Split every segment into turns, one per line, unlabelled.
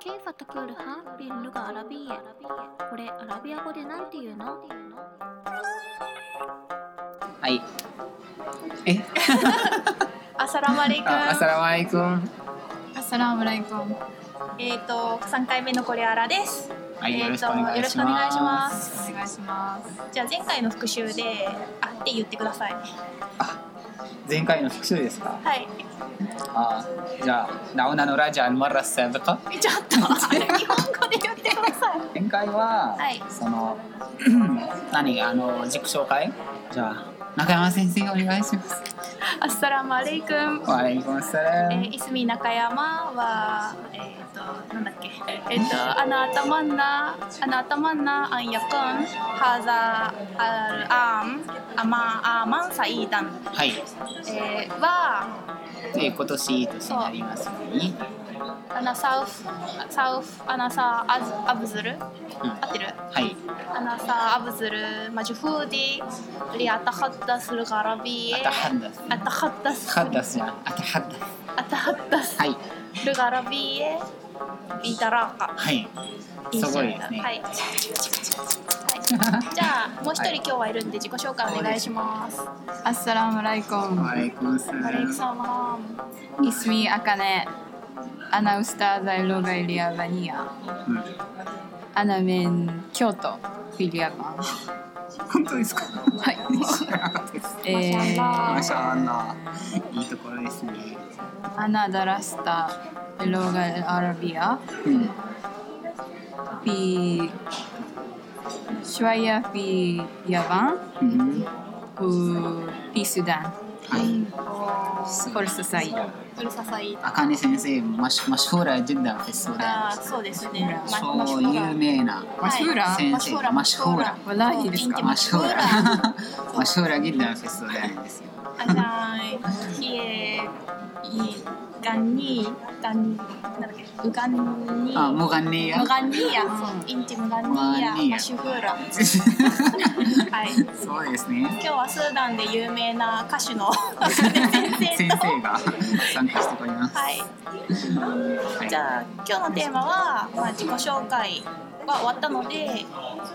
كيف تقول ها باللغة العربية؟ これアラビア語でなんて言うの？
はい。え、
アサラマレイク
あ、アサラマイくん。
アッサラームライコン。
えっ、と三回目のコレアラです。
はい、
えーと
よろしくお願いし
よろしくお願いしま
ますす。
お願いします。
じゃあ前回の復習であって言ってください。
前回の復習ですか。
はい。
あ、じゃあ、ダウナのラジャーのマラスサブカ。
ちょっとあれ日本語で言ってください。
前回は、
はい
その何あの自己紹介。じゃあ中山先生お願いします。
アサラマレイク。
われいこんさら
えー、いすみ中山は、えっ、と、なんだっけ、えっ、と、あの頭んな、あの頭んな、あんやくん、はざ、ある、あん、あま、あまんさいだん、
はい。
えー、は、
で今年いい年になりますように。
あの、サウフ、サウフ、あのさ、あず、あぶずる、合ってる
はい。
あのさ、あぶずる、まじゅふうで、りあたはったするからび、
أتحدث
あたはったす、
أتحدث يعني أتحدث
あたはったす
はい
るからび、いたらんか。
はいすごいですね
はい。はいじゃあもう一人今日はいるんで自己紹介お願いします。
アッサラームライコン。
وعليكم
マレイク
السلام
さんは
イスミアカネ。アナウスターザイロガイリアバニア。
うん
アナメン京都。フィギュア館。
本当ですか
はい。
知らなかったです
え
マ
ー、
シャアンナいいところですね
アナダラスタロガイアラビア。
うん
ビシュワイヤフィヤバン。
うん
ウピスダン。
はい
フォルスサイド。
ブルササイ。
أكاني 先生مش مشهورة جدا في
あ
السودان
ーそうですね。ま
そう有名な
マシューラ
先生 مشهورة
ワラヒですか
マ
マ
シ
シ
ュ
ュ
ー
ー
ラ
ラ。مشهورة جدا في السودان ですよ
あじゃあひえいガンニガンなんだっけウガンニ
あ、
ム
モガンネや
ガンニやそうインティムガンニ
ムガンニ
や
や
マシュフーラ。はい。
そうですね
今日はスーダンで有名な歌手の先
先
生と。
生が 参加してくれます
はい。
はい
じゃあ今日のテーマは、まあ、自己紹介は終わったので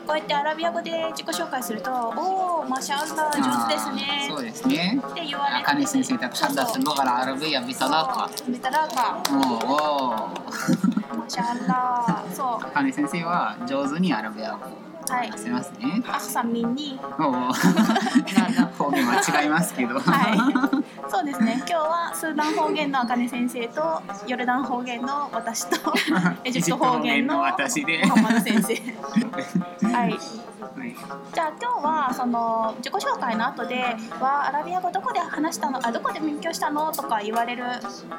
こうやってアラビア語で自己紹介すると「おおマシャアンラ上手ですね
あー」そうですね
って言われて
أكاني سensei تتحدث اللغة العربية
そう
بطلاقة
見たらか
おお
マシャアンラそ
茜先生は上手にアラビア語を
うはい
話せますね。
アフサミンに
おお 方言は違いますけど。
はいそうですね今日はスーダン方言のあかね先生とヨルダン方言の私とエジプト方言の
エジプト方言の私で
モハマド先生はい
はい。
じゃあ今日はその自己紹介の後で「わあアラビア語どこで話したのあどこで勉強したの?」とか言われる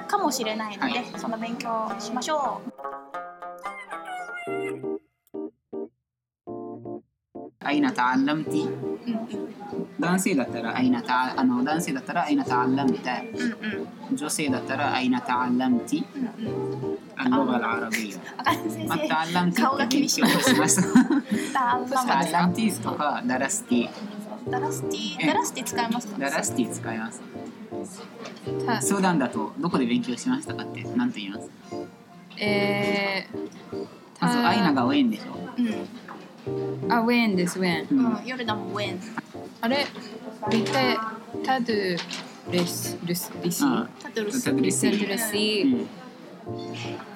かもしれないので、
はい
その勉強しましょう。
أين تعلمتي؟
うんうん
男性だったら أين تع あの男性だったら أين تعلمت؟
うんうん
女性だったら أين تعلمتي؟
うんうん。
اللغة العربية.
あかね先
まあ、
生、
تعلمتي
顔が厳しい
って勉強しました。
ダーラマです。
تعلمتي とか درستي
ダラスティ、ダラスティ使いますか？
درستي 使います。スーダンだとどこで勉強しましたかって何と言います
え
まずアイナがウェンでしょ。
うん、
ー、あ、ウェンです、ウェン。
うん
うん、ヨルダンもウェン、
あれ、リテ、タドゥレス、ルス、リシ、
あ
タトゥルス、
リ
تدرسي
セルレシ、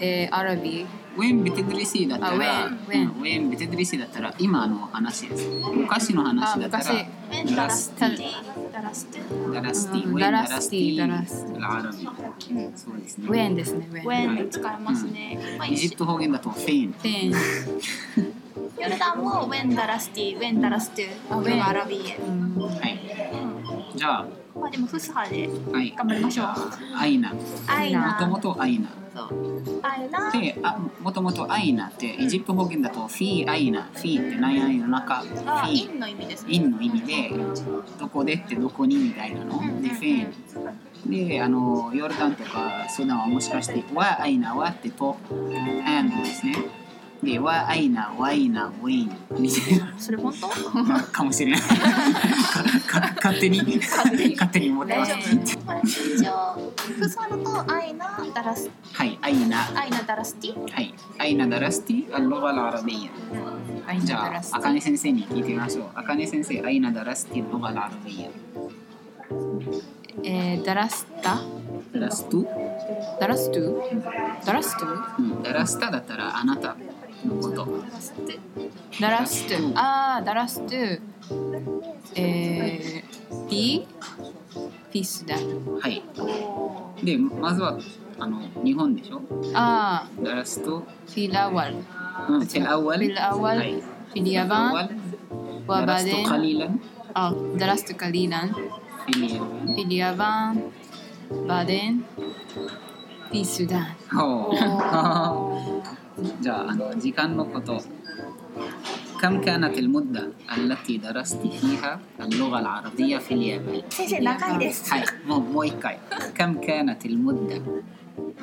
えー、アラビ、
وين بتدرسي だったら
あ when- when
when بتدرسي だったら今の話です昔の話だったら
あ昔
ウェンダラスティ、ダラスティ、
درستي
うん
وين
درستي-
درستي
درستي
العربي
うん、
そうです
ウェ
ね
ンですね、ウェン。
ウェン使いますね。まあ
エジプト方言だとフェイン
ウェン。
ヨルダンもウェンダラスティ、ウェンダラスティ、ウェンアラビエ。
うん
はい
うん
じゃあ
まあでもフスハで
はい
頑張りましょう。
アイナも
アイナ。
ともとアイナ
そう。アイナ。
であもともとアイナってエジプト方言だとフィーアイナフィーって何々の中フ
が
ィ
イ
ー
ンの意味ですね。
インの意味でどこでってどこにみたいなの
うん
でフェインであのヨルダンとかスーダンはもしかして「わ」「アイナ」「わ」って「と」「and」ですねで、わあいな、わいな、ウィーンみたい な。
それ本当
かもしれない。かか勝手に、勝手に、勝手に思ってます。
一応、フサルとアイナ、ダラス、
はい、アイナ、
アイナダラスティ。
はい、アイナダラスティ、アルロガラアラビア。
はい、
じ
じ
ゃ
ゃ
あ
あ、、
あかね先生に聞いてみましょう。あかね先生、アイナダラスティ、アルロガラアラビア。
えー、ダラスタ
ダラストゥ、
ダラストゥダラストゥ
うん、ダラスタだったら、あなたのこと。
ダラストゥあー、ダラストゥえー、ピーピースだ。
はい。で、まずは、あの、日本でしょ
あ
ダラスト、
ー、フィラワル。フ
うん、フィルアワル。
ィラワル、
はい
フィリアバン、
ワ
ワ
ダラ
バ
ス
デ
トカ
ン、
リラン、フ
あ、ダラストカリーラン、フ
ィリアン。
ィリアバン、バデン、ピースダン。
おーじゃああの時間のこと。كم كانت المدة التي درست فيها اللغة العربية في اليابان؟
先生、長いです。
はい、もうもう一回。كم كانت المدة؟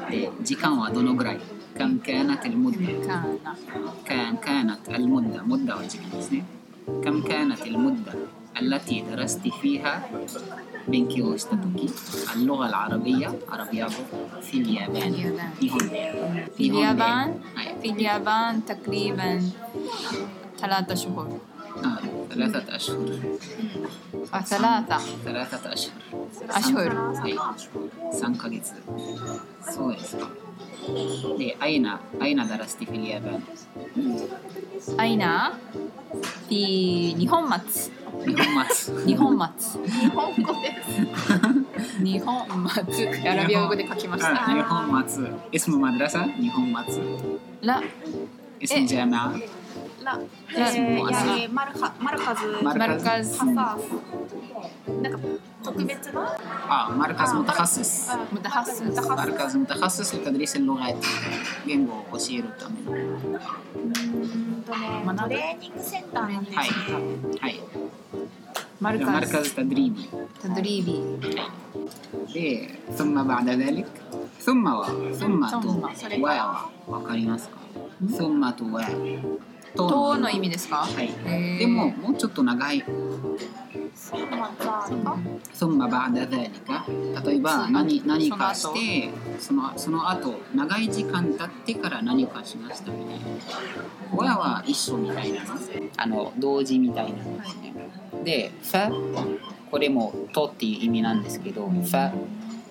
え時間はどのぐらい ?كم كانت
カ
المدة؟
ーナ
كان كانت المدة مدة وجهة نسنة كم كانت المدة التي درست فيها بنكي واشتتوكي اللغة العربية عربية في اليابان
اليابان.
نيهون
フィリアバン、
はい
フィリアバン、タクリーバン、タラタシュホル。
آه. ثلاثة أشهر
あ、タラタ、
ثلاثة أشهر
アシュホル。
3ヶ月そうですかで、アイナ、アイナダラスティフィリアバン
アイナ、フィ、日本松。
日本松
日本松。
日本語です。
日本松。アラビア語で書きまし
あ
た。
日本松 آه، اسم مدرسة 日本松
ラ、
اسم جامعة
ラ、
ラ
えー、いや、えーマルハ、マルハズ。
マル
マルカズ
ハ、サース。なんか、特別な。
آه مركز متخصص
ムタハス。
ムタハ
مركز متخصص لتدريس اللغات جنبه أشير التأمين
うーんとね、トレーニングセンターなんですね。
はいはい
マルカス。
مركز تدريبي
タドリービー。
で ثم بعد ذلك ثم は ثم と
ثم
それ
و はわかりますか ثم と و
との意味ですか
はい
へー
でももうちょっと長い
まあ、じゃあ、あ
ثم بعد ذلك 例えば何何かしてそのその後長い時間経ってから何かしましたみたいな親は一緒みたいなあの同時みたいなんですねで「ファ」これも「と」っていう意味なんですけど「ファ」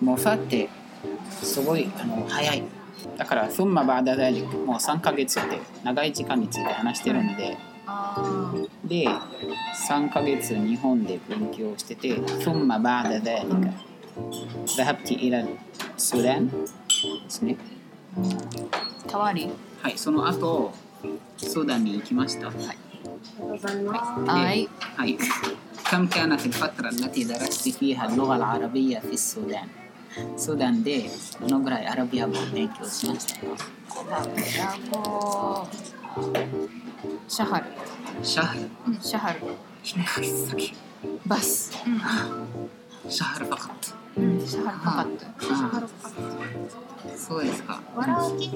もう「ファ」ってすごいあの早いだから「ثم بعد ذلك」もう3ヶ月って長い時間について話してるんで、
あー
で3ヶ月日本で勉強してて「ثم بعد ذلك ذهبت إلى السودان」ですね
タワリ。
はいその後スーダンに行きましたはい
りがとうございま
はい。
はい كم كانت الفترة التي درست فيها اللغة العربية في السودان؟ スーダンでどのぐらいアラビア語を勉強しましたか
ラボ。シャハル。
シャハル
うんシャハル。
1ヶ月だけ
バス。
シャハルファカット
うんシャハルパカット。
ああそうですか
す。わらおき。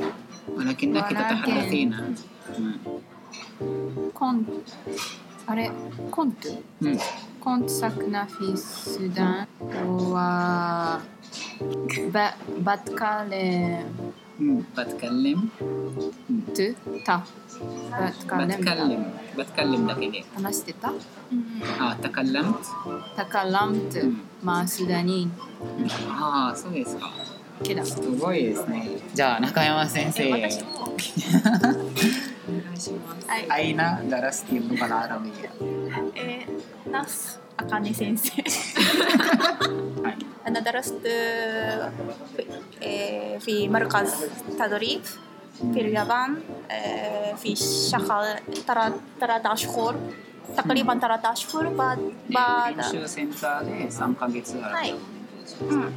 ولكنك تتحدثين مم.
コンあれコントゥ
うん
コントサクナフィスダンとはババッカレ
مم. بتكلم
トゥタバッカレム
بتكلم بتكلم ده كده
話してた
اه تكلمت
タカラムト
う
ゥ
ん
マースダニン
اه そうですか
ケダ
すごいですねじゃあ中山先生
え、私も。はい。
أين درست اللغة العربية؟
えー、ナス、あかね先生。アナダラスト、えー、フィマルカズ、タドリフ、フィルヤバン、えー、フィシャハ、タラ、タラダシュホル、タクリバンタラダシュホル、ババー
練
ダ。
習センターで3ヶ月ある
はい。うん。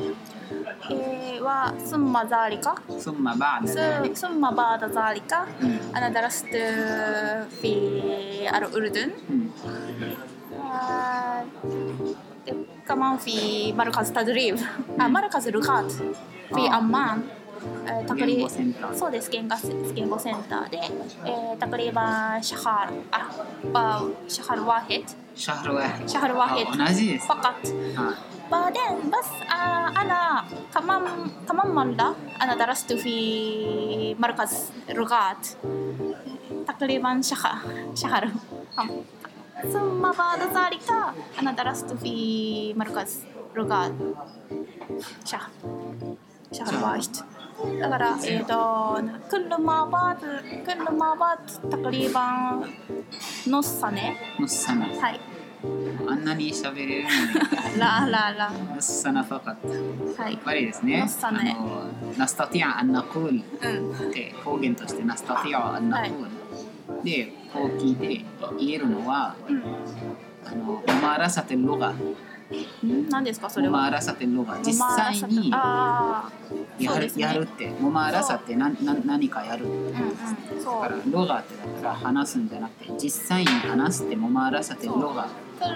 えー、は、スンマザーリカ、
ثم بعد
ス
ذلك
スンマバーダザーリカ、
うん
アナダラスト、フィアルウルドゥン、
うん
あーでカマンフィマルカズタドリーブあマルカズルカートフィアンマンえータク
言
リ
語センター。
そうです言語言語センターで、えー、タクリバシャハルああシャハルワーヘッド
シャハルワヘッ
シャハルワーヘッ
ド。
ド
あ同じです。
ファカット
はい。
بعدين بس آه أنا كمان كمان مرة أنا درست في مركز رغات تقريبا شهر شهر آه. ثم بعد ذلك أنا درست في مركز رغات شهر شهر واحد だから、えー、とクルマバーツクルマバーツタクリバンノッサネ
のっさな。
はい
あんなに喋れるの
ラララ
に、のっさなファカット。
は
や
い
っぱりですね。
のっさね
あの、ナスタティアアンナクール。
うん
って方言としてナスタティアアンナクール。で、こう聞いて言えるのは、
うん
あの、ママラサテルロガ。
ん何ですかそれ
モ
は
マーラサテロが実際に
あー
や
そう
る,、
ですね
やるってモマーラサって何何何かやる
あーうんうん
だ
そ
から
う
ロガってだから話すんじゃなくて実際に話すってモマーラサテロガ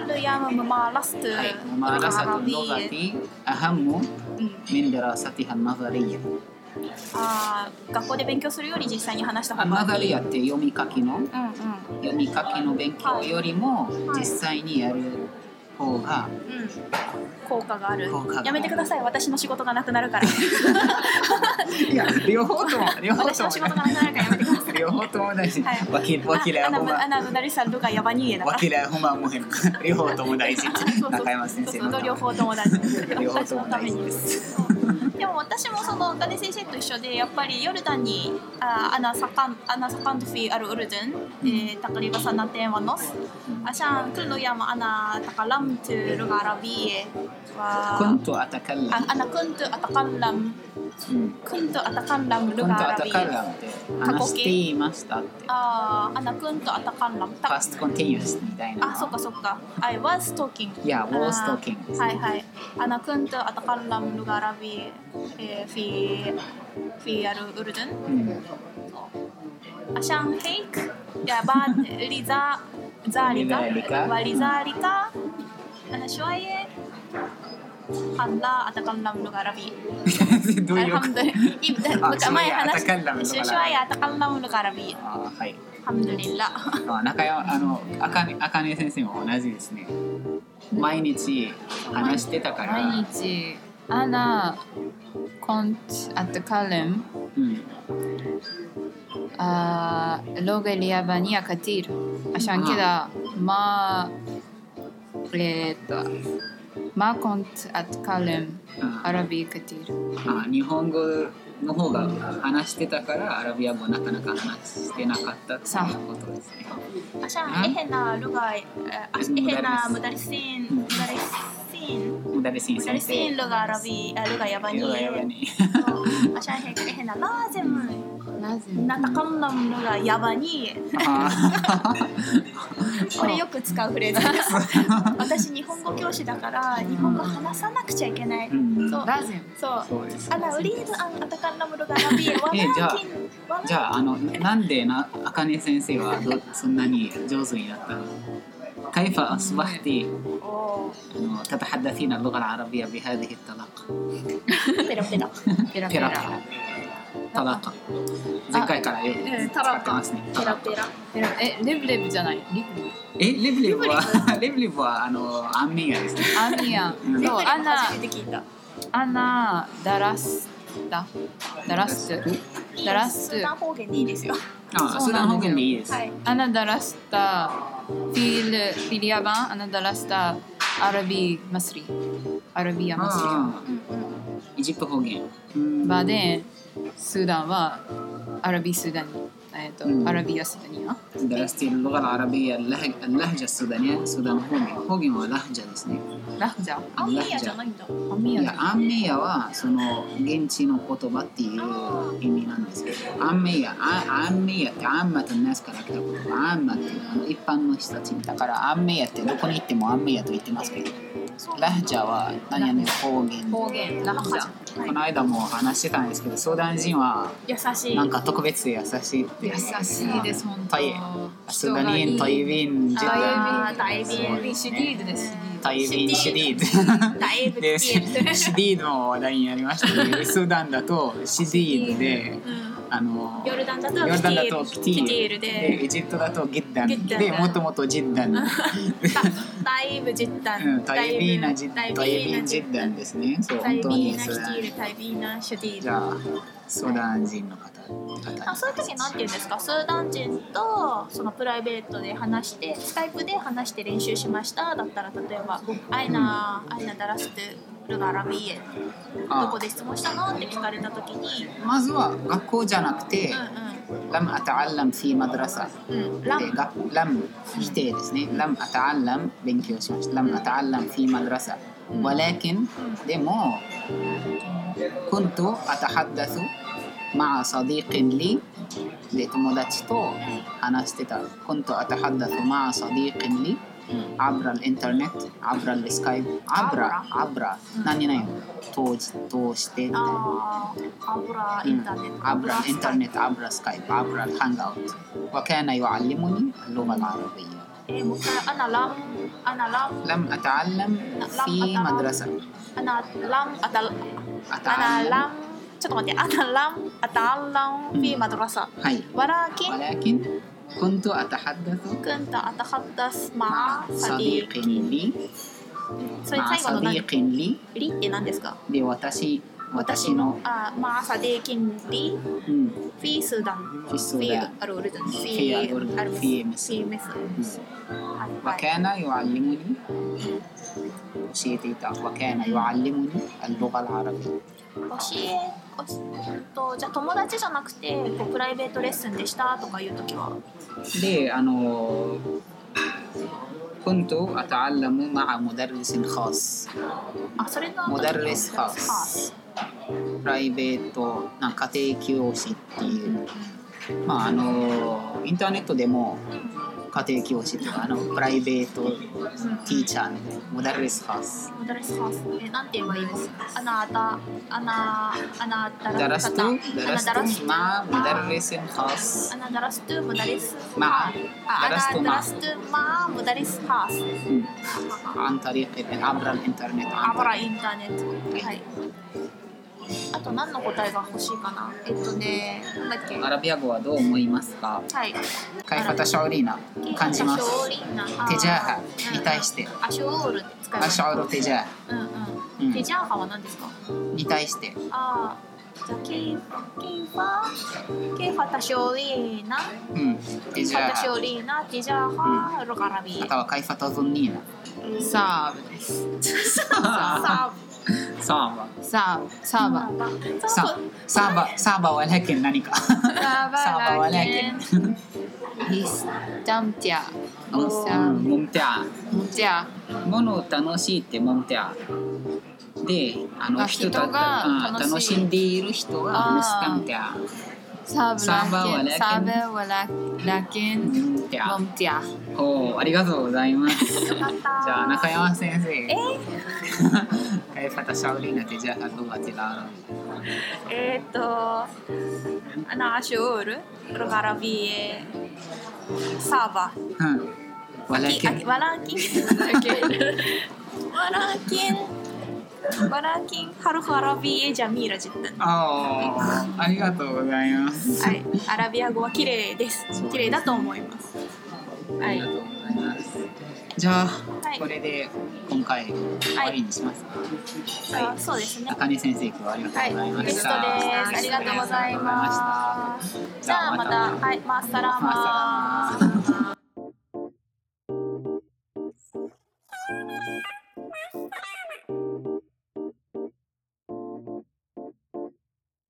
クルヤムムマーラスト
はいモマーラサテロガティアハム
うん
ミンダラサティハンマザリヤ
あー学校で勉強するより実際に話した方が
マザリヤって読み書きの
うんうん
読み書きの勉強よりも実際にやる方が
うん効果がある
効果がある
やめてください私の仕事がなくな るから
いや両方とも両方
私
と
の
も
仕事がなくなるからやめ てください
両方とも大事
はい
わけわけだよ
あアナ
ほん
ム
ま
アナムダリサルがヤバニーエだか
わ
ら
けだよほんまもうへん両方とも大事
そうそう
中山先生
そうそ
の
う両方とも大事
両方とも大事です
でも私もそのガネ先生と一緒でやっぱりヨルダンにあアナサカンアナサカントフィアルウルドゥン、えー、タカリバサナテンワノスアシャンクルノヤマアナタカラムトゥルガラビエは
كنت أتكلم
あアナクントゥアタカンラム
うん
クントゥアタカンラムル
كنت
ガラビエ
أتكلم って話していましたって
あーアナクントゥアタカンラムタ
past continuous みたいなの
あそっかそっか I was talking
Yeah, was
あー
talking
はいはいアナクントゥアタカンラムルガラビエえーフィフィアルウルドゥン
うん、
عشان هيك يا بعد لذا ذلك
لذلك.
ولذلك أنا شوية هلا أتكلم لغة عربية
どういうこと
الحمد لله يبدأ
آه،
متماي
شوية
أنا
أتكلم لغة
شوية أتكلم لغة عربية
あーはい
الحمد لله
まあ中山あのあかねあかね先生も同じですね毎日話してたから、
毎日アナコンチアットカレム
うん、
آه، اللغة اليابانية كتير عشان
آه.
كذا ما e, ليت- ما كنت أتكلم
آه.
عربي كتير
あー日本語の方が話してたからアラビア語なかなか話してなかったっていうことですね
عشان
نعم.
إحنا لغة آه، عش- إحنا مدرسين مدرسين
無駄ですね先生
مدرسين لغة عربية آه، لغة
やば
يابانية
に
عشان هيك إحنا لازم
لازم
نتكلم لغة يابانية
あ
これよく使うフレーズです 私日本語教師だから日本語話さなくちゃいけない、
ーうん
そう
لازم
そう
そうです
アナウリーズアンアタカンナムルガナビエワ ラ
えじゃあ
キンワ
じ
ラ
ゃああのなんでなあかね先生はどそんなに上手になったの كيف أصبحت
お
إنه تتحدثين اللغة العربية بهذه الطلاقة؟
ーペラ ペラ
بيرا
طلاقة
بيرا
طلاقة 前回からよく使ってますね。
ペラペラ
بيرا- إيه، لب لب جناي لب لب
え、レブレブは、レブレブはあの、アンミヤですね。
أنيا
うん
لو
初
أنا
めて聞いた
أنا درست درست درست
スーダン方言でいいですよ
あ、スーダン方言でいいです。
はい、
أنا درست في ال... في اليابان أنا درست عربي مصري عربية مصرية
あ
うんうん、
ーエジプト方言。うん、
بعدين السودان عربي سوداني آه، تو-
مم.
عربية سودانية
درست اللغة العربية اللهج- اللهجة السودانية السودان هوجن هوجن هو لهجة ですね
لهجة
アンミヤじゃないんだ
عمية
いやアンメイヤはその現地の言葉っていう意味なんですけどアンメイヤあアンメイヤってアンマとナスから来た言葉アンマっていうあの一般の人たちだからアンメイヤってどこに行ってもアンメイヤと言ってますけどラハジャは何やねん方言
方言 لهجة
この間も話してたんですけど相談人は
優しい
なんか特別優しいって
優しいです本当
タイさすがにタイビン自体
あータイ
すごい
ビン
シディードですシディー
タイビンシディ
だい
ー
ぶ
ドでシ
消
デ
える
ィードも話題になりましたけどスーダンだとシディードで
うん
あの
ヨルダンだと
ヨルダンだと
キ
キ
テ
ティ
ィー
ー
ル
ル
で
でエジプトだとギッダ
ギッダ
ン
ン
でもともとジッダン
だだいぶ実態
うんタイビーナジッ
だいぶ
タイビーナジッダンですねそう
タイ
本当
ビー
に
ナシ
そ
テ
う
ィールタイビーナシュディー
じ
ル
ゃあ相談人の方って方
あそういう時なんて言うんですかスーダン人とそのプライベートで話してスカイプで話して練習しましただったら例えば「アイナアイナダラストルガラビエ」
あ
どこで質問したのって聞かれた時に「
まずは学校じゃなくて、
う
ラムアタアッラムフィーマドラサ
んうんうん
で
ラン
がラム否定ですね、ラムアタアッラム勉強しましたラムアタアッラムフィーマドラサ、
うん
ولكنでも كنت أتحدث مع صديق لي で友達と話してた كنت أتحدث مع صديق لي عبر الإنترنت عبر السكايب عبر عبر 何々を通じ通してみたいな
あーアブラインターネッ
عبر الإنترنت
ト」
عبر السكايب عبر الهانج أوت وكان يعلمني اللغة العربية
えーもう一回「アナランアナラン
لم أتعلم في مدرسة
アナランアタラアナラ
أتعلم
ン」ちょっと待って「アナランアタランフィーマドラサ」
هاي
「ワラキン」
ولكن كنت أتحدث
كنت أتحدث مع
مع
صديق
صديق لي
それ
مع
最後の何
صديق لي
リって何ですか
لوتشي وتشي نو
あマーサデーキンリフ
مم.
ィースーダン
في
フィ
السودان
ーアルルダンフ
في الأردن
フィ
في مصر
ーメス
مم.
はい
وكان يعلمني شيتيتا وكان يعلمني اللغة العربية
教えとじゃあ友達じゃなくてこうプライベートレッスンでしたとかいう時は
であの كنت أتعلم مع مدرس خاص
あそれの時
モダルレスハウスプライベートな家庭教師っていう、まああのインターネットでも家庭教師とかあのプライベートティーチャーみたいなモダルレスハウス
モダルレスハウスえなんて言えばいいですかアナアタアナアナダ
ダラ
ラ
ス
ス
ト
タア
ダラ
ナ
ス
ダラス
トまあモダルレスハウス
アナダラストゥムダリス
まあ
あア
ダラスト
ナダ
まあ
ラストゥマームダリスハース
عن طريق عبر الانترنت
ア
عن
ブ
طريق-
ラインターネットはいあと何の答えが欲しいかなえっとねなんだっけ
アラビア語はどう思いますか
はい
開発シャオリーナ感じます
ショーリンナ
テジャーハに対して
うんうんアシュオールって使いま
ア
す
シャオルテジャ
うんう
うんん
テジャーハは何ですか
ーに対して
ああじゃあケイケイファケイファタショーリーナ
うん
ケ
テ
イ
ジ
フ
ャ
ァ
ー
タショ
ハ
ーリーナテジャーハロガラビ
または開発ゾンニーナ
ドサーブです
サーブ
صعبة
サーブサーバ
サーブ
صعبة صعبة ولكن نانيكا
サ
صعبة
ーバ
ولكن
リスダンティアモ
مم،
テア
ممتعة
モテア
ものを楽しいって ممتعة であの
あ
人た
人が
うん
楽しい
楽しんでいる人は
あー
مستمتع
サーブラケンサ
サーブ
ーブラケン
ممتع
モテア
おーありがとうございますじゃあ中山先生え كيف تشعرين تجاه اللغة العربية؟
えーっと、アナアシュール、ロガラビエ、サーバ、
うん
きあ
ولكن
ワラーキン、ワラーキン、ワラーキン、ハルフアラビエジャミーラジッタン。
あーありがとうございます
はい、アラビア語は綺麗です。綺麗だと思います。は
あ
い
りが、とうございます。じゃあ、
い
これで今回終わりにします。
あそうですね。
赤根先生今日はありがとう
はい
ござい、ま
ベ
した。
ストです。ありがとうございます。じゃあまた、はい、マッサラマ
マッサラマ
ー。